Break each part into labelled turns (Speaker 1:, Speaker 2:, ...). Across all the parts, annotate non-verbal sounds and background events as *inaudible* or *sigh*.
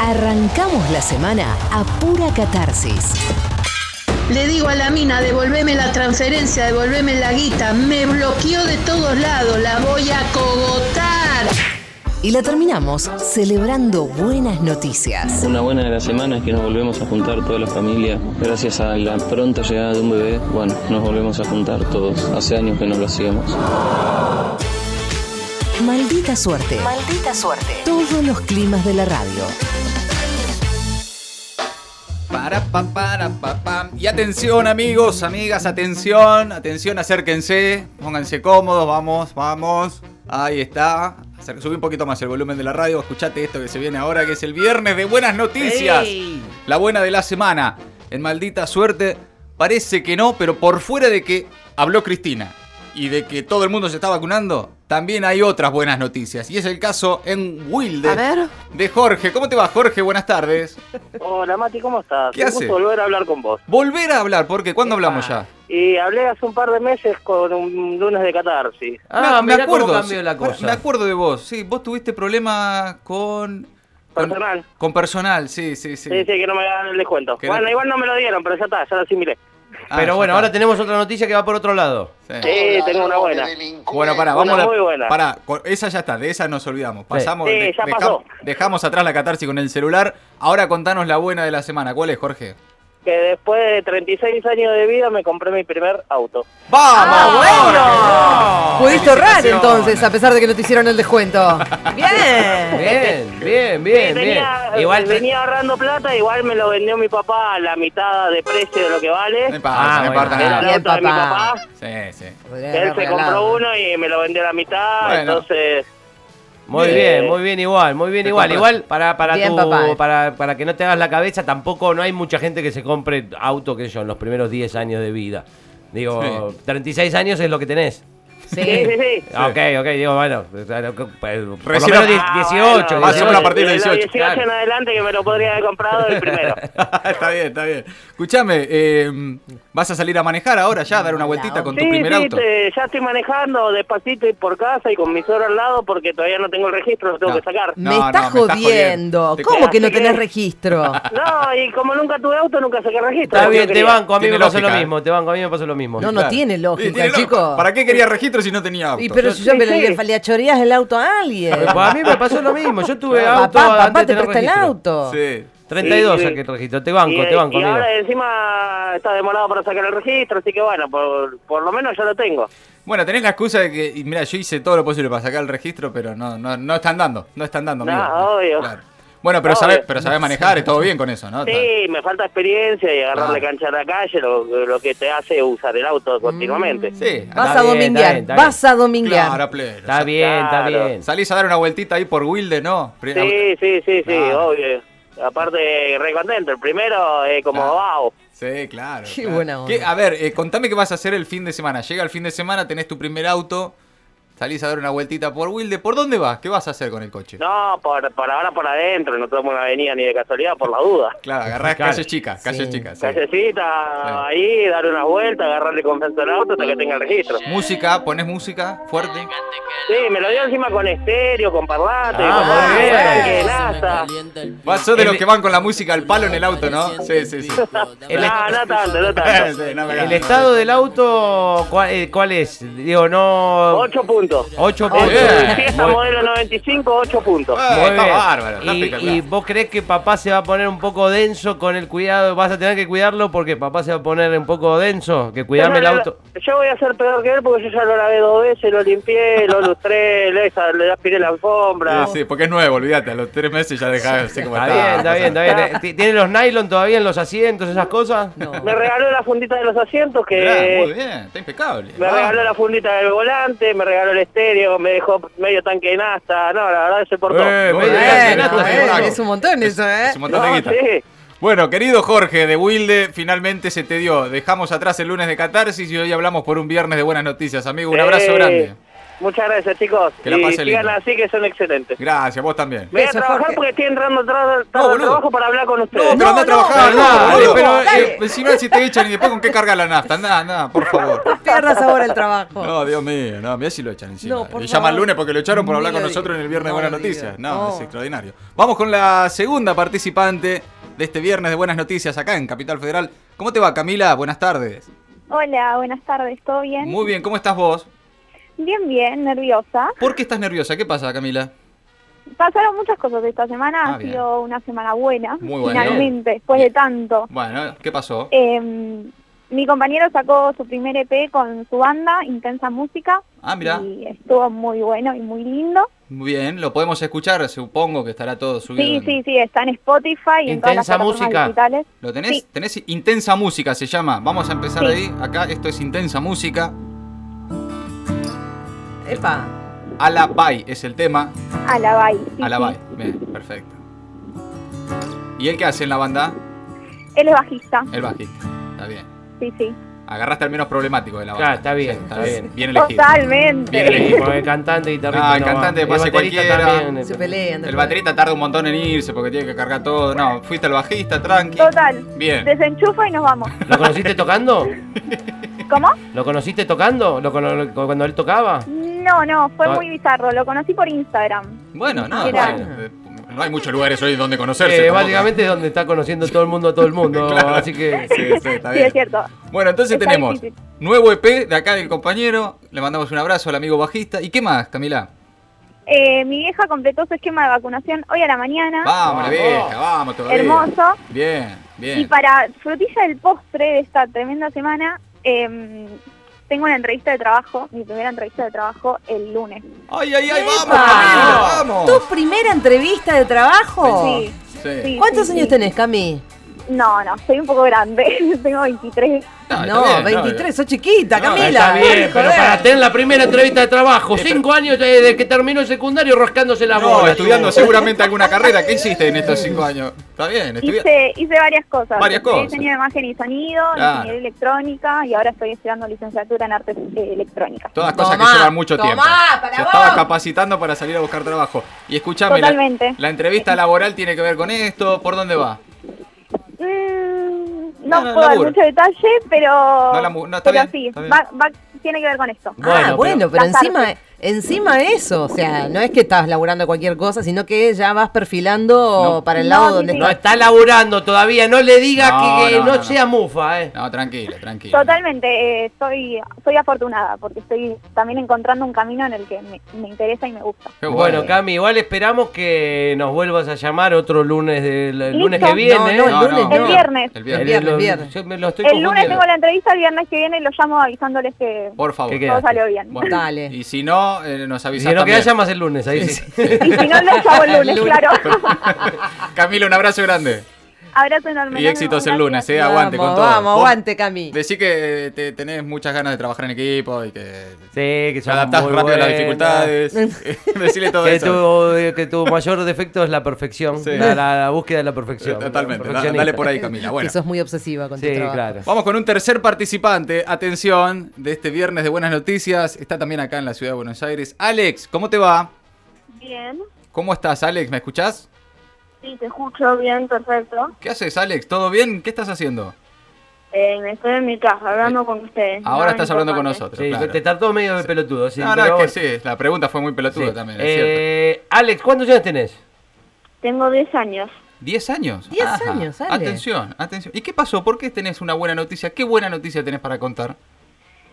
Speaker 1: Arrancamos la semana a pura catarsis.
Speaker 2: Le digo a la mina, devolveme la transferencia, devolveme la guita. Me bloqueó de todos lados, la voy a cogotar.
Speaker 1: Y la terminamos celebrando buenas noticias.
Speaker 3: Una buena de la semana es que nos volvemos a juntar toda la familia. Gracias a la pronta llegada de un bebé, bueno, nos volvemos a juntar todos. Hace años que no lo hacíamos.
Speaker 1: Maldita suerte.
Speaker 4: Maldita suerte.
Speaker 1: Todos los climas de la radio.
Speaker 5: Para, pa, para, pa, pam. Y atención amigos, amigas, atención, atención, acérquense, pónganse cómodos, vamos, vamos. Ahí está. Acer- Subí un poquito más el volumen de la radio, escuchate esto que se viene ahora, que es el viernes de buenas noticias. La buena de la semana. En maldita suerte, parece que no, pero por fuera de que habló Cristina y de que todo el mundo se está vacunando, también hay otras buenas noticias. Y es el caso en Wilde.
Speaker 6: A ver.
Speaker 5: De Jorge. ¿Cómo te va, Jorge? Buenas tardes.
Speaker 7: Hola Mati, ¿cómo estás?
Speaker 5: ¿Qué
Speaker 7: Un
Speaker 5: hace?
Speaker 7: gusto volver a hablar con vos.
Speaker 5: Volver a hablar, porque ¿cuándo hablamos ya?
Speaker 7: Y hablé hace un par de meses con un lunes de catarsis.
Speaker 6: Ah,
Speaker 5: me,
Speaker 6: mirá cómo
Speaker 5: acuerdo,
Speaker 6: cambió la
Speaker 5: sí, me-
Speaker 6: cosa.
Speaker 5: Me acuerdo de vos, sí, vos tuviste problemas con... con-
Speaker 7: Personal.
Speaker 5: Con, personal, sí, sí, sí.
Speaker 7: Sí, sí, que no me dan el descuento.
Speaker 5: Que
Speaker 7: bueno,
Speaker 5: no-
Speaker 7: igual no me lo dieron, pero ya está, ya lo asimilé.
Speaker 5: Ah, ya
Speaker 6: Pero bueno,
Speaker 5: está.
Speaker 6: ahora tenemos otra noticia que va por
Speaker 5: *laughs*
Speaker 6: otro lado.
Speaker 5: Sí.
Speaker 7: Sí, tengo una buena.
Speaker 5: Bueno, pará,
Speaker 7: Una
Speaker 5: vamos a...
Speaker 7: muy buena.
Speaker 5: Pará, con- esa ya está, de esa nos olvidamos. Pasamos,
Speaker 7: Sí, ya
Speaker 5: dejam-
Speaker 7: pasó.
Speaker 5: dejamos atrás la catarsis con el celular. Ahora contanos la buena de la semana. ¿Cuál es, Jorge?
Speaker 7: Que después de 36 años de vida me compré mi primer auto.
Speaker 5: ¡Vamos! Jorge!
Speaker 8: Ah, Pudiste ahorrar
Speaker 5: ¡Felicitaciones!
Speaker 8: entonces, a pesar de que no te hicieron el descuento. Bien.
Speaker 6: *laughs* Bien, bien,
Speaker 7: Sí,
Speaker 5: Eh,
Speaker 6: bien, bien.
Speaker 7: tenía-
Speaker 6: Igual te-
Speaker 7: venía ahorrando plata, igual me lo vendió mi papá a la mitad de precio de lo que
Speaker 5: No
Speaker 7: vale.
Speaker 5: importa,
Speaker 6: Ah,
Speaker 5: no
Speaker 6: bueno.
Speaker 5: importa
Speaker 7: Era
Speaker 5: nada.
Speaker 7: el
Speaker 8: Bien,
Speaker 7: auto de mi
Speaker 8: papá.
Speaker 7: papá.
Speaker 5: Sí, sí.
Speaker 7: Él se compró uno y me lo vendió a la mitad,
Speaker 5: Bueno.
Speaker 7: entonces...
Speaker 6: Muy
Speaker 7: Eh,
Speaker 6: bien, muy bien igual, muy bien
Speaker 5: te
Speaker 6: igual.
Speaker 5: compras-
Speaker 6: Igual para para
Speaker 8: Bien,
Speaker 6: tu-
Speaker 8: papá.
Speaker 6: para para que no te hagas la cabeza, tampoco no hay mucha gente que se compre auto que yo en los primeros 10 años de vida. Digo, 36 años es lo que tenés.
Speaker 5: Eh.
Speaker 7: Sí, sí,
Speaker 8: Sí.
Speaker 7: sí.
Speaker 6: Ah, Ok, ok, digo, bueno, claro, que- pues, por lo
Speaker 5: Recién-
Speaker 6: menos die-
Speaker 5: Ah,
Speaker 6: 18.
Speaker 5: Más o menos a
Speaker 6: 18.
Speaker 5: partir del
Speaker 7: de los
Speaker 5: 18,
Speaker 7: 18
Speaker 5: claro.
Speaker 7: en adelante que me lo podría haber comprado el primero.
Speaker 5: *laughs* está bien, está bien. Escuchame, eh, ¿vas a salir a manejar ahora ya, a dar una vueltita con tu
Speaker 7: sí,
Speaker 5: primer
Speaker 7: sí,
Speaker 5: auto?
Speaker 7: te- ya estoy manejando despacito y por casa y con mi suegro al lado porque todavía no tengo el registro, lo tengo
Speaker 5: No.
Speaker 7: que sacar.
Speaker 5: No,
Speaker 8: me
Speaker 5: no,
Speaker 8: estás
Speaker 5: me estás jodiendo.
Speaker 8: jodiendo.
Speaker 5: Te
Speaker 8: ¿Cómo
Speaker 5: quedas-
Speaker 8: que no
Speaker 7: te quedas-
Speaker 8: tenés
Speaker 6: *laughs*
Speaker 8: registro?
Speaker 7: No, y como nunca tuve auto, nunca saqué registro.
Speaker 6: Está
Speaker 7: Yo
Speaker 6: bien, te
Speaker 7: quería.
Speaker 6: banco, a mí
Speaker 5: Tiene
Speaker 6: me pasó lo
Speaker 5: lógica, ¿eh?
Speaker 6: mismo, te banco, a mí me pasó lo mismo.
Speaker 8: No, no
Speaker 6: Claro.
Speaker 8: tiene
Speaker 5: Sí,
Speaker 8: lógica,
Speaker 5: tiene lógica.
Speaker 8: chico.
Speaker 5: ¿Para qué quería registro si no tenía auto?
Speaker 8: Y pero si yo me
Speaker 7: Sí,
Speaker 8: le,
Speaker 7: sí.
Speaker 8: le choreás el auto a alguien.
Speaker 6: Eh, pues a mí me pasó lo mismo, yo tuve auto
Speaker 8: papá,
Speaker 6: antes
Speaker 8: papá
Speaker 6: de
Speaker 8: te
Speaker 6: tener
Speaker 8: presta el
Speaker 6: registro.
Speaker 8: auto.
Speaker 5: Sí.
Speaker 6: 32
Speaker 7: Sí, sí.
Speaker 6: saqué el registro, te banco,
Speaker 7: Y,
Speaker 6: te banco,
Speaker 7: y
Speaker 6: amigo.
Speaker 7: ahora encima está demorado para sacar el registro, así que bueno, por, por lo menos ya lo tengo.
Speaker 5: Bueno, tenés la excusa de que, y mira, yo hice todo lo posible para sacar el registro, pero no, no, no están dando, no están dando,
Speaker 7: No,
Speaker 5: amigo.
Speaker 7: obvio.
Speaker 5: Bueno, pero
Speaker 7: Obvio.
Speaker 5: sabés, pero sabés manejar, y
Speaker 7: *laughs*
Speaker 5: todo bien con eso, ¿no?
Speaker 7: Sí, me falta experiencia y agarrarle
Speaker 5: Claro.
Speaker 7: cancha a la calle, lo, lo que te hace usar el auto continuamente.
Speaker 5: Sí,
Speaker 8: Vas
Speaker 6: Está
Speaker 8: a
Speaker 6: bien, está
Speaker 8: dominguear,
Speaker 6: bien, está
Speaker 8: vas a
Speaker 5: andá-
Speaker 8: dominguear.
Speaker 5: claro, a pleno.
Speaker 6: Está bien, está
Speaker 7: Claro.
Speaker 6: bien.
Speaker 5: Salís a dar una vueltita ahí por Wilde, ¿no? Pri-
Speaker 7: Sí, sí, sí, sí,
Speaker 5: Claro.
Speaker 7: obvio. Aparte, re contento. El primero, eh, como
Speaker 5: Claro.
Speaker 7: wow.
Speaker 5: Sí, claro.
Speaker 8: Qué
Speaker 5: claro.
Speaker 8: buena onda.
Speaker 5: ¿Qué- a ver, eh, contame qué vas a hacer el fin de semana. Llega el fin de semana, tenés tu primer auto, salís a dar una vueltita por Wilde. ¿Por dónde vas? ¿Qué vas a hacer con el coche?
Speaker 7: No, por, por ahora por adentro, no tomo una avenida ni de casualidad, por la duda.
Speaker 5: Claro, agarrás
Speaker 6: Claro.
Speaker 5: calles chicas, calles
Speaker 8: Sí.
Speaker 5: chicas. sí.
Speaker 7: Callecita, ahí, dar una vuelta, agarrarle confianza al auto hasta que tenga el registro.
Speaker 5: Música, pones música fuerte.
Speaker 7: Sí, me lo dio encima con estéreo, con parlante,
Speaker 6: Ah,
Speaker 7: con
Speaker 6: muy bien.
Speaker 7: arranque, nata.
Speaker 5: Vas sos de los que van con la música al palo en el auto, ¿no? Sí, sí, sí.
Speaker 6: El-
Speaker 7: No, no tanto,
Speaker 5: *laughs*
Speaker 7: no tanto.
Speaker 5: Sí, no me
Speaker 6: El
Speaker 5: gano.
Speaker 6: estado del auto, ¿cuál, eh, cuál es? Digo, no... 8
Speaker 7: 8 puntos.
Speaker 6: puntos.
Speaker 5: bien.
Speaker 7: Fiesta
Speaker 6: Muy-
Speaker 7: modelo 95, 8 puntos.
Speaker 5: Ah,
Speaker 6: muy
Speaker 5: está
Speaker 6: bien.
Speaker 5: bárbaro, está
Speaker 6: Y-
Speaker 5: espectacular.
Speaker 6: y vos crees que papá se va a poner un poco denso con el cuidado, vas a tener que cuidarlo porque papá se va a poner un poco denso, que cuidarme el
Speaker 7: Yo no-
Speaker 6: auto.
Speaker 7: Yo voy a ser peor que él porque yo ya lo lavé dos veces, lo limpié, lo lustré, le, le aspiré la alfombra.
Speaker 5: Sí, sí, porque es nuevo, olvídate. A los tres meses ya dejás así como
Speaker 7: Pues
Speaker 6: Está bien, está bien, está bien. Eh, ¿ti- ¿Tiene los nylon todavía en los asientos, esas cosas?
Speaker 7: Me regaló la fundita de los asientos
Speaker 5: Mirá, muy
Speaker 7: que
Speaker 5: bien, está impecable.
Speaker 7: me
Speaker 5: Ah,
Speaker 7: regaló la fundita del volante, me regaló el estéreo, me dejó medio tanque de nasta. No, la verdad se portó.
Speaker 6: Eh,
Speaker 5: Muy
Speaker 6: medio
Speaker 5: bien,
Speaker 6: campeonato,
Speaker 5: muy
Speaker 6: eh.
Speaker 5: bien.
Speaker 8: Bueno, es un montón eso, ¿eh?
Speaker 5: Es un montón de
Speaker 7: No,
Speaker 5: guita.
Speaker 7: sí.
Speaker 5: Bueno, querido Jorge de Wilde, finalmente se te dio. Dejamos atrás el lunes de catarsis y hoy hablamos por un viernes de buenas noticias, amigo. Un abrazo
Speaker 7: Eh,
Speaker 5: grande.
Speaker 7: Muchas gracias, chicos.
Speaker 5: Que la
Speaker 7: y
Speaker 5: pase
Speaker 7: sigan
Speaker 5: lindo.
Speaker 7: así, que son excelentes.
Speaker 5: Gracias, vos también.
Speaker 7: Voy a
Speaker 8: Besos,
Speaker 7: trabajar
Speaker 8: Jorge.
Speaker 7: porque estoy entrando tra- tra-
Speaker 5: No, boludo.
Speaker 7: trabajo para hablar con ustedes.
Speaker 5: pero anda a trabajar,
Speaker 8: no,
Speaker 5: dale,
Speaker 8: boludo,
Speaker 5: pero eh,
Speaker 8: dale.
Speaker 5: encima si te echan y después con qué carga la nafta, anda, anda, por favor.
Speaker 8: Pierdas ahora el trabajo.
Speaker 5: No, Dios mío, no, mirá si lo echan encima.
Speaker 8: No, por
Speaker 5: Le llaman
Speaker 8: favor.
Speaker 5: lunes porque lo echaron por
Speaker 8: Ni
Speaker 5: hablar con
Speaker 8: lo
Speaker 5: nosotros en el viernes de
Speaker 8: digas.
Speaker 5: Buenas
Speaker 8: No lo
Speaker 5: Noticias.
Speaker 8: digas.
Speaker 5: No,
Speaker 8: No.
Speaker 5: es extraordinario. Vamos con la segunda participante de este viernes de Buenas Noticias acá en Capital Federal. ¿Cómo te va, Camila? Buenas tardes.
Speaker 4: Hola, buenas tardes, ¿todo bien?
Speaker 5: Muy bien, ¿cómo estás vos?
Speaker 4: Bien, bien, nerviosa.
Speaker 5: ¿Por qué estás nerviosa? ¿Qué pasa, Camila?
Speaker 4: Pasaron muchas cosas esta semana,
Speaker 5: Ah,
Speaker 4: ha
Speaker 5: bien.
Speaker 4: sido una semana buena,
Speaker 5: Muy bueno.
Speaker 4: finalmente, después de tanto.
Speaker 5: Bueno, ¿qué pasó?
Speaker 4: Eh, mi compañero sacó su primer EP con su banda, Intensa Música,
Speaker 5: Ah, mira,
Speaker 4: y estuvo muy bueno y muy lindo.
Speaker 5: muy bien, lo podemos escuchar, supongo que estará todo subido.
Speaker 4: Sí,
Speaker 5: en-
Speaker 4: sí, sí, está en Spotify y en todas las
Speaker 6: Intensa
Speaker 4: plataformas
Speaker 6: Música.
Speaker 4: digitales.
Speaker 5: ¿Lo tenés?
Speaker 4: Sí.
Speaker 5: Tenés Intensa Música, se llama. Vamos a empezar
Speaker 4: Sí.
Speaker 5: ahí. Acá esto es Intensa Música.
Speaker 8: Epa.
Speaker 5: A la bye es el tema.
Speaker 4: A la Bay. sí,
Speaker 5: A la
Speaker 4: sí.
Speaker 5: bye. Bien, perfecto. ¿Y él qué hace en la banda?
Speaker 4: Él es bajista,
Speaker 5: El bajista. Está bien.
Speaker 4: sí, sí.
Speaker 5: Agarraste al menos problemático de la banda.
Speaker 6: Claro, está bien,
Speaker 5: Sí,
Speaker 6: está bien.
Speaker 5: Bien elegido.
Speaker 4: Totalmente.
Speaker 5: Bien elegido.
Speaker 6: Porque cantante, guitarrista.
Speaker 5: Ah, el cantante
Speaker 6: el
Speaker 5: pase
Speaker 6: baterista
Speaker 5: cualquiera.
Speaker 6: también.
Speaker 8: Se pelean.
Speaker 5: El
Speaker 8: después.
Speaker 5: baterista tarda un montón en irse porque tiene que cargar todo. No, fuiste al bajista, tranqui.
Speaker 4: Total.
Speaker 5: Bien.
Speaker 4: Desenchufa y nos vamos.
Speaker 6: ¿Lo conociste tocando?
Speaker 4: ¿Cómo?
Speaker 6: ¿Lo conociste tocando? ¿Lo, cono- lo- cuando él tocaba?
Speaker 4: No, no, fue
Speaker 6: Ah.
Speaker 4: muy bizarro. Lo conocí por Instagram.
Speaker 5: Bueno, no.
Speaker 4: Mira.
Speaker 5: bueno, eh, no hay muchos lugares hoy donde
Speaker 6: Eh,
Speaker 5: conocerse. tampoco.
Speaker 6: básicamente es donde está conociendo todo el mundo a todo el mundo.
Speaker 5: *laughs* Claro.
Speaker 6: Así que.
Speaker 5: Sí, sí, está
Speaker 4: Sí,
Speaker 5: bien.
Speaker 4: es cierto.
Speaker 5: Bueno, entonces
Speaker 4: Está
Speaker 5: tenemos
Speaker 4: difícil.
Speaker 5: nuevo EP de acá del compañero. Le mandamos un abrazo al amigo bajista. ¿Y qué más, Camila?
Speaker 4: Eh, mi vieja completó su esquema de vacunación hoy a la mañana.
Speaker 5: Vamos, la
Speaker 6: Vamos.
Speaker 5: vieja, vamos todavía.
Speaker 4: Ah. hermoso.
Speaker 5: Bien, bien.
Speaker 4: Y para frutilla del postre de esta tremenda semana, eh, tengo una entrevista de trabajo, mi primera entrevista de trabajo el lunes.
Speaker 5: ¡Ay, ay, ay! ¡Vamos,
Speaker 8: ¡Epa!
Speaker 5: Camila! ¡Vamos!
Speaker 8: ¿Tu primera entrevista de
Speaker 5: Oh,
Speaker 8: trabajo?
Speaker 4: Pues Sí,
Speaker 5: Sí.
Speaker 4: sí,
Speaker 8: ¿Cuántos
Speaker 4: sí,
Speaker 8: años
Speaker 4: sí.
Speaker 8: tenés, Cami?
Speaker 4: No, no, soy un poco grande. *laughs* tengo 23.
Speaker 5: No, está
Speaker 8: No,
Speaker 5: bien,
Speaker 8: 23, sos chiquita,
Speaker 5: No,
Speaker 8: Camila.
Speaker 6: Está bien,
Speaker 8: Joder.
Speaker 6: pero para tener la primera entrevista de trabajo, cinco años desde que terminó el secundario rascándose la
Speaker 5: No,
Speaker 6: bola. tú.
Speaker 5: estudiando seguramente alguna carrera. ¿Qué hiciste en estos cinco años? Está bien, estudiando.
Speaker 4: Hice, hice varias cosas.
Speaker 5: Varias
Speaker 4: Estudié
Speaker 5: cosas.
Speaker 4: Diseño de imagen y sonido,
Speaker 5: Claro.
Speaker 4: ingeniería electrónica y ahora estoy estudiando licenciatura en artes eh, electrónicas.
Speaker 5: Todas cosas
Speaker 8: Tomá,
Speaker 5: que llevan mucho
Speaker 8: tomá,
Speaker 5: tiempo.
Speaker 8: para
Speaker 5: Se
Speaker 8: vos.
Speaker 5: estaba capacitando para salir a buscar trabajo. Y escúchame, la,
Speaker 4: Totalmente.
Speaker 5: la entrevista laboral tiene que ver con esto. ¿Por dónde va?
Speaker 4: Mm,
Speaker 5: No,
Speaker 4: no,
Speaker 5: no,
Speaker 4: puedo dar
Speaker 5: laburo.
Speaker 4: mucho detalle, pero,
Speaker 5: la mu- no, está
Speaker 4: pero
Speaker 5: bien,
Speaker 4: sí,
Speaker 5: está bien.
Speaker 4: va- va- tiene que ver con esto.
Speaker 6: Bueno,
Speaker 8: ah,
Speaker 6: pero-
Speaker 8: bueno, pero,
Speaker 4: Las
Speaker 8: encima, encima eso, o sea, no es que estás laburando cualquier cosa, sino que ya vas perfilando
Speaker 5: No.
Speaker 8: para el
Speaker 4: No,
Speaker 8: lado
Speaker 4: sí,
Speaker 8: donde
Speaker 4: sí.
Speaker 6: No
Speaker 8: estás.
Speaker 6: está laburando todavía, no le diga
Speaker 5: No,
Speaker 6: que, que
Speaker 5: no,
Speaker 6: no,
Speaker 5: no, no.
Speaker 6: sea mufa, eh.
Speaker 5: No, tranquila, tranquila.
Speaker 4: Totalmente, eh, soy, soy afortunada porque estoy también encontrando un camino en el que me, me interesa y me gusta.
Speaker 5: Qué
Speaker 6: Bueno, Cami, igual esperamos que nos vuelvas a llamar otro lunes del el lunes que
Speaker 4: Listo.
Speaker 6: viene.
Speaker 8: No,
Speaker 5: No,
Speaker 8: el lunes
Speaker 5: no,
Speaker 4: El viernes.
Speaker 5: El
Speaker 8: El
Speaker 5: viernes.
Speaker 8: viernes,
Speaker 6: lo-
Speaker 8: viernes.
Speaker 6: yo me lo estoy
Speaker 4: El lunes
Speaker 6: confundiendo.
Speaker 4: tengo la entrevista, el viernes que viene los llamo avisándoles que
Speaker 5: Por favor.
Speaker 6: ¿Qué
Speaker 4: todo
Speaker 6: quedaste?
Speaker 4: salió bien.
Speaker 5: Bueno,
Speaker 8: Dale.
Speaker 5: Y si no, eh, nos avisas
Speaker 6: Si no
Speaker 5: también.
Speaker 6: queda llamas el lunes, ahí *laughs* sí.
Speaker 4: *laughs* Y si no, los llamo
Speaker 5: *laughs*
Speaker 4: el lunes, claro.
Speaker 5: Camila, un abrazo grande.
Speaker 4: *laughs* Abrazo enorme.
Speaker 5: Y éxitos el
Speaker 4: Gracias.
Speaker 5: lunes, eh. Aguante
Speaker 8: vamos,
Speaker 5: con todo.
Speaker 8: Vamos,
Speaker 5: Vos
Speaker 8: aguante, Cami.
Speaker 5: Decí que eh, te tenés muchas ganas de trabajar en equipo y que
Speaker 6: Sí, que
Speaker 5: te
Speaker 6: son
Speaker 5: adaptás
Speaker 6: muy
Speaker 5: rápido a las
Speaker 6: buenas.
Speaker 5: dificultades.
Speaker 6: *laughs*
Speaker 5: *laughs* Decirle todo
Speaker 6: Que
Speaker 5: eso.
Speaker 6: tu, eh, que tu mayor defecto es la perfección,
Speaker 5: Sí. Eh,
Speaker 6: la, la- la búsqueda de la perfección.
Speaker 5: Totalmente. da-
Speaker 6: Perfeccionista.
Speaker 5: Dale por ahí, Camila. Bueno.
Speaker 8: Que sos muy obsesiva con
Speaker 6: Sí,
Speaker 8: tu trabajo.
Speaker 6: claro.
Speaker 5: Vamos con un tercer participante, atención, de este viernes de Buenas Noticias. Está también acá en la ciudad de Buenos Aires. Alex, ¿cómo te va? ¿eh?
Speaker 4: Bien,
Speaker 5: ¿Cómo estás, Alex? ¿Me escuchás?
Speaker 4: sí, te escucho bien, perfecto.
Speaker 5: ¿Qué haces, Alex? ¿Todo bien? ¿Qué estás haciendo?
Speaker 4: Eh, estoy en mi casa hablando con ustedes.
Speaker 5: Ahora
Speaker 4: Nada
Speaker 5: estás hablando con
Speaker 4: importante.
Speaker 5: nosotros.
Speaker 6: Sí,
Speaker 5: claro.
Speaker 6: te trató medio de pelotudo. Sí,
Speaker 5: No,
Speaker 6: pero
Speaker 5: no, es
Speaker 6: bueno.
Speaker 5: que sí, la pregunta fue muy pelotuda
Speaker 6: Sí.
Speaker 5: también, es cierto.
Speaker 6: Eh, Alex, ¿cuántos años tenés?
Speaker 4: Tengo 10 años.
Speaker 5: ¿Diez años?
Speaker 8: Diez
Speaker 5: Ajá.
Speaker 8: años, Ale.
Speaker 5: Atención, atención. ¿Y qué pasó? ¿Por qué tenés una buena noticia? ¿Qué buena noticia tenés para contar?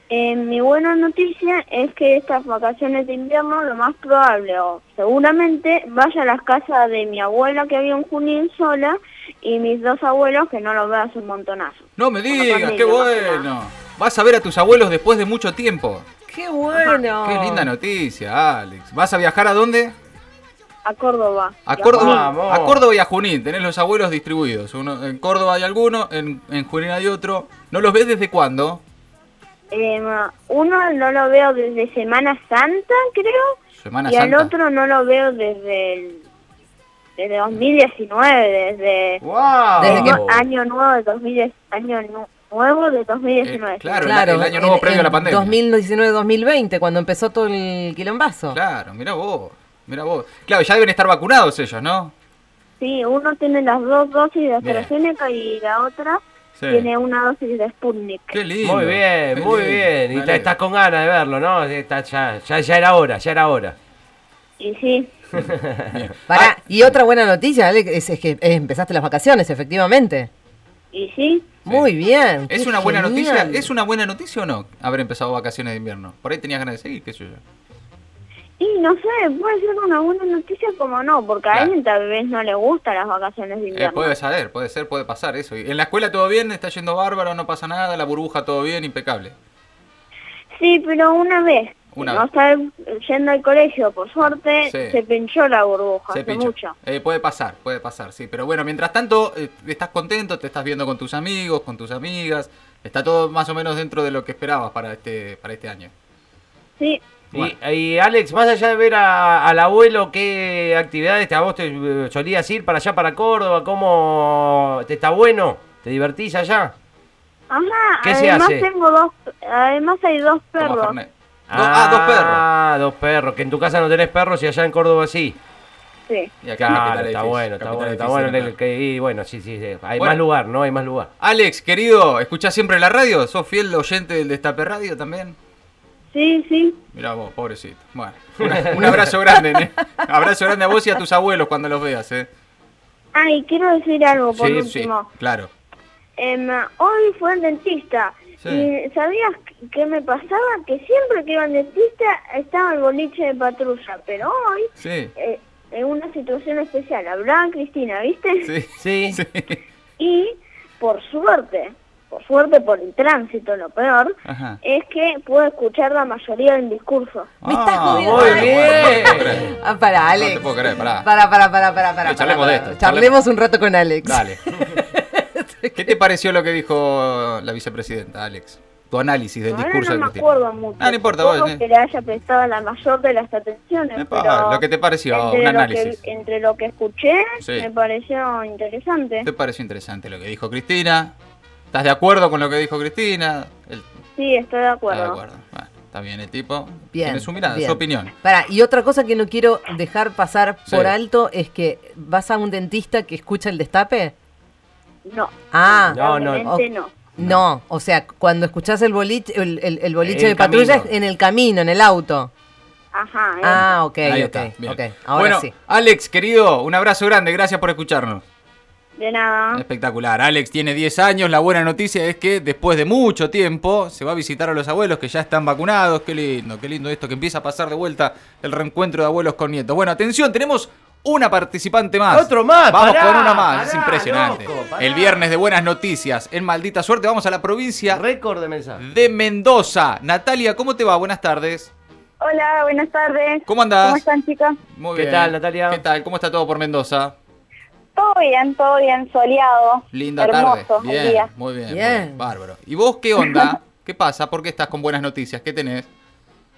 Speaker 4: Eh, mi buena noticia es que estas vacaciones de invierno lo más probable o seguramente vaya a las casas de mi abuela que había en Junín sola y mis dos abuelos que no los veo hace un montonazo.
Speaker 5: No me digas,
Speaker 4: familia,
Speaker 5: qué
Speaker 4: más que nada.
Speaker 5: bueno. Vas a ver a tus abuelos después de mucho tiempo.
Speaker 8: Qué bueno.
Speaker 5: Qué linda noticia, Alex. ¿Vas a viajar a dónde?
Speaker 4: A Córdoba.
Speaker 5: A
Speaker 4: Y
Speaker 5: Córdoba,
Speaker 6: Vamos.
Speaker 5: a Córdoba y a Junín, tenés los abuelos distribuidos. Uno, en Córdoba hay alguno, en, en Junín hay otro. ¿No los ves desde cuándo?
Speaker 4: Eh, uno no lo veo desde Semana Santa, creo,
Speaker 5: Semana
Speaker 4: y
Speaker 5: Santa.
Speaker 4: al otro no lo veo desde el, desde 2019, desde
Speaker 6: ¡Wow!
Speaker 8: Desde que-
Speaker 5: Oh.
Speaker 4: año nuevo, 2010, año nu- nuevo de 2019.
Speaker 5: Eh, claro, el- el año nuevo previo a la pandemia.
Speaker 8: 2019-2020, cuando empezó todo el quilombazo.
Speaker 5: Claro, mira vos, mira vos. Claro, ya deben estar vacunados ellos, ¿no?
Speaker 4: Sí, uno tiene las dos dosis
Speaker 5: Bien.
Speaker 4: de AstraZeneca y la otra
Speaker 5: Sí.
Speaker 4: tiene una dosis de Sputnik.
Speaker 5: Qué lindo.
Speaker 6: Muy bien,
Speaker 5: qué
Speaker 6: muy
Speaker 5: lindo.
Speaker 6: bien. Y
Speaker 5: Me
Speaker 6: ta-
Speaker 5: alegro.
Speaker 6: estás con ganas de verlo, ¿no? Está- ya, ya, ya era hora, ya era hora.
Speaker 4: Y sí,
Speaker 5: Ah.
Speaker 8: Pará, y otra buena noticia, Ale, es, es que eh, empezaste las vacaciones, efectivamente.
Speaker 4: y sí.
Speaker 8: Muy bien.
Speaker 5: *laughs* ¿Es
Speaker 8: qué
Speaker 5: una buena noticia?
Speaker 8: genial.
Speaker 5: ¿Es una buena noticia o no? Haber empezado vacaciones de invierno. Por ahí tenías ganas de seguir, qué sé yo.
Speaker 4: Y no sé, puede ser una buena noticia como no, porque a
Speaker 5: Claro.
Speaker 4: alguien tal vez no le gustan las vacaciones de
Speaker 5: Eh,
Speaker 4: invierno.
Speaker 5: puede saber, puede ser, puede pasar eso. Y En la escuela todo bien, está yendo bárbaro, no pasa nada, la burbuja todo bien, impecable.
Speaker 4: Sí, pero una vez,
Speaker 5: Una
Speaker 4: no
Speaker 5: vez.
Speaker 4: estar yendo al colegio, por suerte,
Speaker 5: Sí.
Speaker 4: se pinchó la burbuja, hace
Speaker 5: pincha.
Speaker 4: mucho.
Speaker 5: Eh, puede pasar, puede pasar, sí. Pero bueno, mientras tanto, eh, estás contento, te estás viendo con tus amigos, con tus amigas. Está todo más o menos dentro de lo que esperabas para este, para este año.
Speaker 4: Sí,
Speaker 6: Y,
Speaker 5: Bueno.
Speaker 6: y, Alex, más allá de ver a- al abuelo, ¿qué actividades te, a vos te eh, solías ir para allá, para Córdoba? ¿Cómo te está bueno? ¿Te divertís allá?
Speaker 4: ajá,
Speaker 6: ¿Qué se
Speaker 4: además
Speaker 6: hace?
Speaker 4: tengo dos, además hay dos
Speaker 5: Toma,
Speaker 4: perros.
Speaker 5: Fernet. Do- ah, dos perros.
Speaker 6: Ah, dos perros. Que en tu casa no tenés perros y allá en Córdoba sí.
Speaker 4: Sí.
Speaker 5: Y acá en
Speaker 6: Claro,
Speaker 5: Capital
Speaker 6: está
Speaker 5: Edificio,
Speaker 6: bueno, está
Speaker 5: Capital
Speaker 6: bueno, está
Speaker 5: Edificio,
Speaker 6: bueno.
Speaker 5: ¿no?
Speaker 6: el que- y bueno, sí, sí, sí. Hay
Speaker 5: Bueno.
Speaker 6: más lugar, ¿no? Hay más lugar.
Speaker 5: Alex, querido, ¿escuchás siempre la radio? ¿Sos fiel oyente del Destape Radio también?
Speaker 4: Sí, sí.
Speaker 5: Mirá vos, pobrecito. Bueno, una- un abrazo grande, ¿eh?
Speaker 6: *laughs*
Speaker 5: Abrazo grande a vos y a tus abuelos cuando los veas, ¿eh?
Speaker 4: Ay, Ah, quiero decir algo por
Speaker 5: Sí, sí,
Speaker 4: último.
Speaker 5: claro.
Speaker 4: Em, hoy fue al dentista.
Speaker 5: Sí.
Speaker 4: ¿Y sabías qué me pasaba? Que siempre que iba al dentista estaba el boliche de patrulla, pero hoy
Speaker 5: Sí,
Speaker 4: eh, en una situación especial. Hablaba Cristina, ¿viste?
Speaker 5: sí.
Speaker 6: Sí.
Speaker 5: *laughs* Sí.
Speaker 4: Y por suerte, por suerte por el tránsito, lo peor,
Speaker 5: Ajá.
Speaker 4: es que puedo escuchar la mayoría del discurso.
Speaker 8: Me estás
Speaker 5: Ah,
Speaker 8: jodiendo.
Speaker 5: muy
Speaker 8: Ay,
Speaker 5: bien.
Speaker 8: Ah, pará,
Speaker 5: No
Speaker 8: Alex.
Speaker 5: te puedo creer, pará.
Speaker 8: Pará, pará, pará, pará, pará.
Speaker 5: Eh, charlemos
Speaker 8: pará,
Speaker 5: de
Speaker 8: pará.
Speaker 5: esto,
Speaker 8: Charlemos un rato con Alex.
Speaker 5: Dale. ¿Qué te pareció lo que dijo la vicepresidenta, Alex? Tu análisis del
Speaker 4: Ahora
Speaker 5: discurso
Speaker 4: no
Speaker 5: de
Speaker 4: me
Speaker 5: Cristina.
Speaker 4: acuerdo mucho.
Speaker 5: Ah, no importa,
Speaker 4: Supongo
Speaker 5: vos, eh.
Speaker 4: que le haya prestado la mayor de las atenciones.
Speaker 5: Epa,
Speaker 4: pero
Speaker 5: lo que te pareció,
Speaker 4: entre
Speaker 5: un
Speaker 4: Este, lo
Speaker 5: análisis.
Speaker 4: que- entre lo que escuché,
Speaker 5: Sí.
Speaker 4: me pareció interesante.
Speaker 5: ¿Te pareció interesante lo que dijo Cristina? ¿Estás de acuerdo con lo que dijo Cristina? El-
Speaker 4: Sí, estoy de acuerdo.
Speaker 5: está Ah, de acuerdo. Bueno, está bien el tipo.
Speaker 8: Bien,
Speaker 5: Tiene su mirada,
Speaker 8: bien.
Speaker 5: su opinión.
Speaker 8: Pará, y otra cosa que no quiero dejar pasar
Speaker 5: Sí.
Speaker 8: por alto es que vas a un dentista que escucha el destape.
Speaker 4: No,
Speaker 8: Ah,
Speaker 6: No, no.
Speaker 4: realmente no.
Speaker 8: No, o sea, cuando escuchás el boliche, el, el- el boliche
Speaker 6: En el
Speaker 8: de patrulla
Speaker 6: camino.
Speaker 8: es en el camino, en el auto.
Speaker 4: Ajá. eh.
Speaker 8: Ah, ok,
Speaker 5: Ahí
Speaker 8: ok,
Speaker 5: está, bien.
Speaker 8: ok. Ahora
Speaker 5: bueno,
Speaker 8: sí.
Speaker 5: Alex, querido, un abrazo grande, gracias por escucharnos.
Speaker 4: De nada.
Speaker 5: Eh. Espectacular. Alex tiene 10 años. La buena noticia es que después de mucho tiempo se va a visitar a los abuelos que ya están vacunados. Qué lindo, qué lindo esto que empieza a pasar de vuelta el reencuentro de abuelos con nietos. Bueno, atención, tenemos una participante más.
Speaker 6: Otro más,
Speaker 5: Vamos
Speaker 6: pará,
Speaker 5: con una más. es
Speaker 6: pará,
Speaker 5: impresionante.
Speaker 6: loco, pará.
Speaker 5: el viernes de buenas noticias. En maldita suerte, vamos a la provincia
Speaker 6: Récord de mensajes.
Speaker 5: de Mendoza. Natalia, ¿cómo te va? Buenas tardes.
Speaker 4: Hola, buenas tardes.
Speaker 5: ¿Cómo andás?
Speaker 4: ¿Cómo están, chicas?
Speaker 5: Muy
Speaker 6: ¿Qué tal, Natalia?
Speaker 5: ¿Qué tal? ¿Cómo está todo por Mendoza?
Speaker 4: Todo bien, todo bien, soleado.
Speaker 5: Linda
Speaker 4: Hermoso
Speaker 5: tarde.
Speaker 4: el
Speaker 5: Bien,
Speaker 4: día.
Speaker 5: muy bien, muy
Speaker 8: Bien.
Speaker 5: bien, Bárbaro. ¿Y vos qué
Speaker 4: *laughs*
Speaker 5: onda? ¿Qué pasa? ¿Por qué estás con buenas noticias? ¿Qué tenés?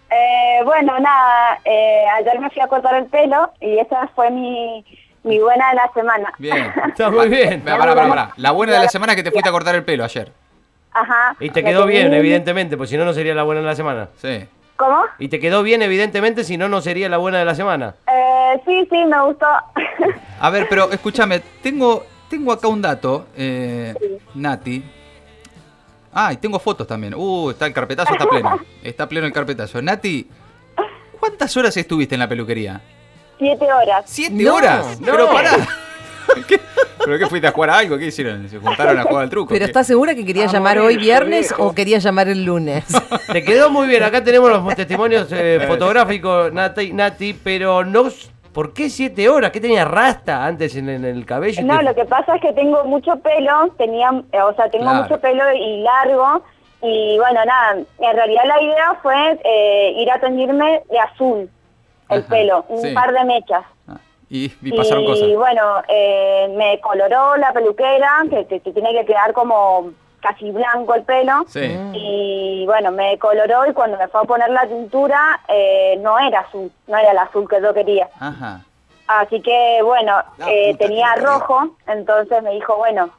Speaker 4: Eh, bueno, nada, eh, ayer me fui a cortar el pelo y esa fue mi, mi buena de la semana.
Speaker 5: Bien.
Speaker 6: *laughs* Está muy bien.
Speaker 5: Pará, pará, pará, pará. La buena de la semana es que te fuiste a cortar el pelo ayer.
Speaker 4: Ajá.
Speaker 6: Y te
Speaker 4: Me
Speaker 6: quedó bien,
Speaker 4: tenía-
Speaker 6: evidentemente, pues si no, no sería la buena de la semana.
Speaker 5: Sí.
Speaker 4: ¿Cómo?
Speaker 6: Y te quedó bien, evidentemente, si no, no sería la buena de la semana.
Speaker 4: Eh, sí, sí, me gustó. *laughs*
Speaker 5: A ver, pero escúchame, tengo, tengo acá un dato, eh, Nati. Ah, y tengo fotos también. Uh, está el carpetazo, está
Speaker 4: *laughs*
Speaker 5: pleno. Está pleno el carpetazo. Nati, ¿cuántas horas estuviste en la peluquería?
Speaker 4: Siete horas.
Speaker 5: ¿Siete
Speaker 8: No,
Speaker 5: horas?
Speaker 6: no.
Speaker 5: Pero pará. *laughs* ¿Qué? ¿Pero qué fuiste a jugar a algo? ¿Qué hicieron? ¿Se juntaron a jugar al truco?
Speaker 8: Pero
Speaker 5: ¿Qué?
Speaker 8: ¿estás segura que querías llamar hoy viernes o querías llamar el lunes?
Speaker 6: Te quedó muy bien. Acá tenemos los testimonios eh, fotográficos, Nati, Nati, pero no. s- ¿Por qué siete horas? ¿Qué tenía rasta antes en, en el cabello?
Speaker 4: No,
Speaker 5: Este,
Speaker 6: Te-
Speaker 4: lo que pasa es que tengo mucho pelo, tenía, eh, o sea, tengo
Speaker 5: Claro.
Speaker 4: mucho pelo y largo. Y bueno, nada, en realidad la idea fue eh, ir a teñirme de azul el
Speaker 5: Ajá,
Speaker 4: pelo, un
Speaker 5: sí.
Speaker 4: par de mechas.
Speaker 5: Ah, y, y pasaron
Speaker 4: y,
Speaker 5: cosas.
Speaker 4: bueno, eh, me coloró la peluquera, que te, te tiene que quedar como casi blanco el pelo.
Speaker 5: Sí.
Speaker 4: Y bueno, me coloró y cuando me fue a poner la tintura eh, no era azul, no era el azul que yo quería.
Speaker 5: Ajá.
Speaker 4: Así que bueno,
Speaker 5: La
Speaker 4: eh,
Speaker 5: puta
Speaker 4: tenía
Speaker 5: que me parió.
Speaker 4: rojo, entonces me dijo, bueno,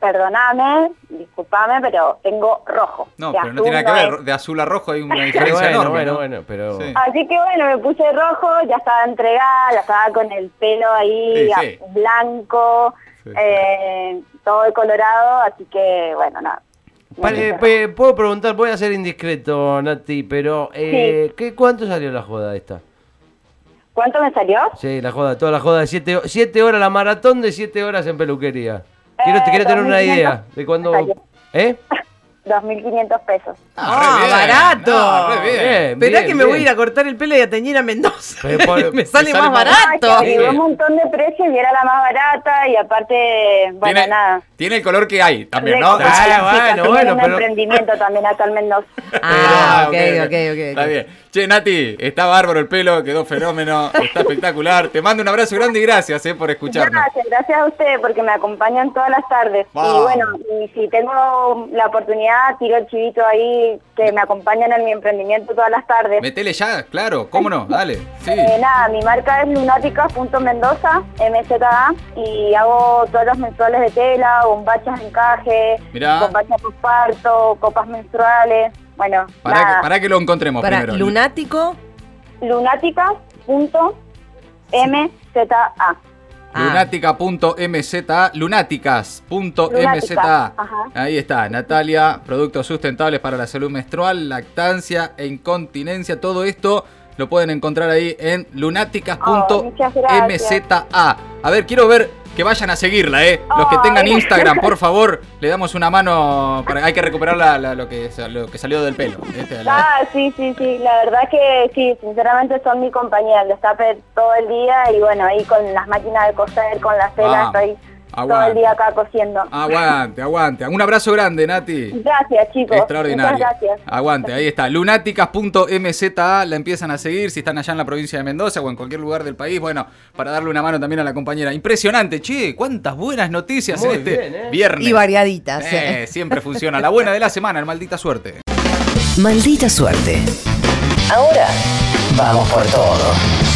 Speaker 4: perdoname, discúlpame, pero tengo rojo.
Speaker 5: No,
Speaker 4: De
Speaker 5: pero no tiene nada que
Speaker 4: azul
Speaker 5: ver.
Speaker 4: es.
Speaker 5: De azul a rojo hay una
Speaker 6: Pero
Speaker 5: diferencia
Speaker 6: bueno,
Speaker 5: enorme.
Speaker 6: bueno,
Speaker 5: ¿no?
Speaker 6: bueno, pero...
Speaker 5: Sí.
Speaker 4: Así que bueno, me puse rojo, ya estaba entregada, ya estaba con el pelo ahí
Speaker 5: Sí,
Speaker 4: a-
Speaker 5: sí.
Speaker 4: blanco,
Speaker 5: Sí.
Speaker 4: eh, todo de colorado, así que bueno, nada. Me
Speaker 6: Pa- eh,
Speaker 4: puse
Speaker 5: pues.
Speaker 6: pe- puedo preguntar, voy a ser indiscreto, Nati, pero eh, ¿qué, ¿cuánto salió la joda esta?
Speaker 4: rojo. ¿Cuánto me salió?
Speaker 6: Sí, la joda, toda la joda de 7 siete, siete horas, la maratón de 7 horas en peluquería. Quiero,
Speaker 4: Eh,
Speaker 6: te quiero tener una
Speaker 4: 2.500
Speaker 6: idea de cuándo...
Speaker 4: salió.
Speaker 6: ¿Eh?
Speaker 4: 2.500 pesos.
Speaker 5: Ah, re bien.
Speaker 8: barato.
Speaker 5: Ah, re bien.
Speaker 6: Bien,
Speaker 8: Esperá
Speaker 6: bien,
Speaker 8: que me voy a ir
Speaker 6: bien.
Speaker 8: a cortar el pelo y a teñir a Mendoza.
Speaker 6: Pero por-
Speaker 8: *laughs* me sale
Speaker 5: te sale
Speaker 8: más
Speaker 5: más-
Speaker 8: barato.
Speaker 4: Ah, que averigué
Speaker 6: Sí.
Speaker 4: un montón de precios y era la más barata y aparte, bueno,
Speaker 5: tiene,
Speaker 4: nada.
Speaker 5: tiene el color que hay también,
Speaker 4: Recto,
Speaker 5: ¿no?
Speaker 4: chicas,
Speaker 5: *laughs*
Speaker 6: Ah,
Speaker 4: chicas,
Speaker 6: bueno,
Speaker 4: tengo
Speaker 6: bueno,
Speaker 4: un
Speaker 6: pero-
Speaker 4: emprendimiento también acá en Mendoza.
Speaker 8: Ah, ok, ok, ok.
Speaker 5: Está
Speaker 8: ok.
Speaker 5: bien. Che, Nati, está bárbaro el pelo, quedó fenómeno, está espectacular. Te mando un abrazo grande y gracias eh, por escucharnos.
Speaker 4: Gracias, gracias a ustedes porque me acompañan todas las tardes.
Speaker 5: Wow.
Speaker 4: Y bueno, y si tengo la oportunidad, tiro el chivito ahí, que me acompañan en mi emprendimiento todas las tardes.
Speaker 5: Metele ya, claro, cómo no, dale. Sí.
Speaker 4: Eh, nada, mi marca es lunáticas.mendoza, MZA, y hago todos los mensuales de tela, bombachas de encaje,
Speaker 5: Mirá.
Speaker 4: bombachas postparto, copas menstruales, bueno,
Speaker 5: Para
Speaker 4: nada.
Speaker 5: que, pará que lo encontremos
Speaker 8: Para
Speaker 5: primero.
Speaker 8: lunático.
Speaker 4: Lunáticas.mza.
Speaker 8: Ah.
Speaker 5: Lunática.mza, lunáticas.mza.
Speaker 4: Lunática, ajá.
Speaker 5: Ahí está, Natalia, productos sustentables para la salud menstrual, lactancia e incontinencia, todo esto lo pueden encontrar ahí en
Speaker 4: Oh, muchas Oh, gracias. Oh,
Speaker 5: lunáticas.mza. A ver, quiero ver que vayan a seguirla, ¿eh? Los que
Speaker 4: Ay.
Speaker 5: tengan Instagram,
Speaker 4: *laughs*
Speaker 5: por favor, le damos una mano. Para, hay que recuperar la- la- lo, que, sa- lo que salió del pelo. Este, la-
Speaker 4: Ah, sí, sí, sí. La verdad que sí, sinceramente son mi compañía. Los tapé todo el día y bueno, ahí con las máquinas de coser, con las telas,
Speaker 5: Vamos.
Speaker 4: estoy todo
Speaker 5: Aguante. Ah.
Speaker 4: el día acá cosiendo.
Speaker 5: Aguante, aguante. Un abrazo grande, Nati.
Speaker 4: Gracias, chicos.
Speaker 5: Extraordinario.
Speaker 4: Muchas gracias.
Speaker 5: Aguante, ahí está. Lunáticas.mza la empiezan a seguir si están allá en la provincia de Mendoza o en cualquier lugar del país. Bueno, para darle una mano también a la compañera. Impresionante, che, cuántas buenas noticias
Speaker 6: Muy
Speaker 5: en este
Speaker 6: bien, ¿eh?
Speaker 5: viernes.
Speaker 9: Y variaditas.
Speaker 5: Eh, siempre funciona. La buena de la semana, el maldita suerte.
Speaker 9: Maldita suerte. Ahora, vamos por todo.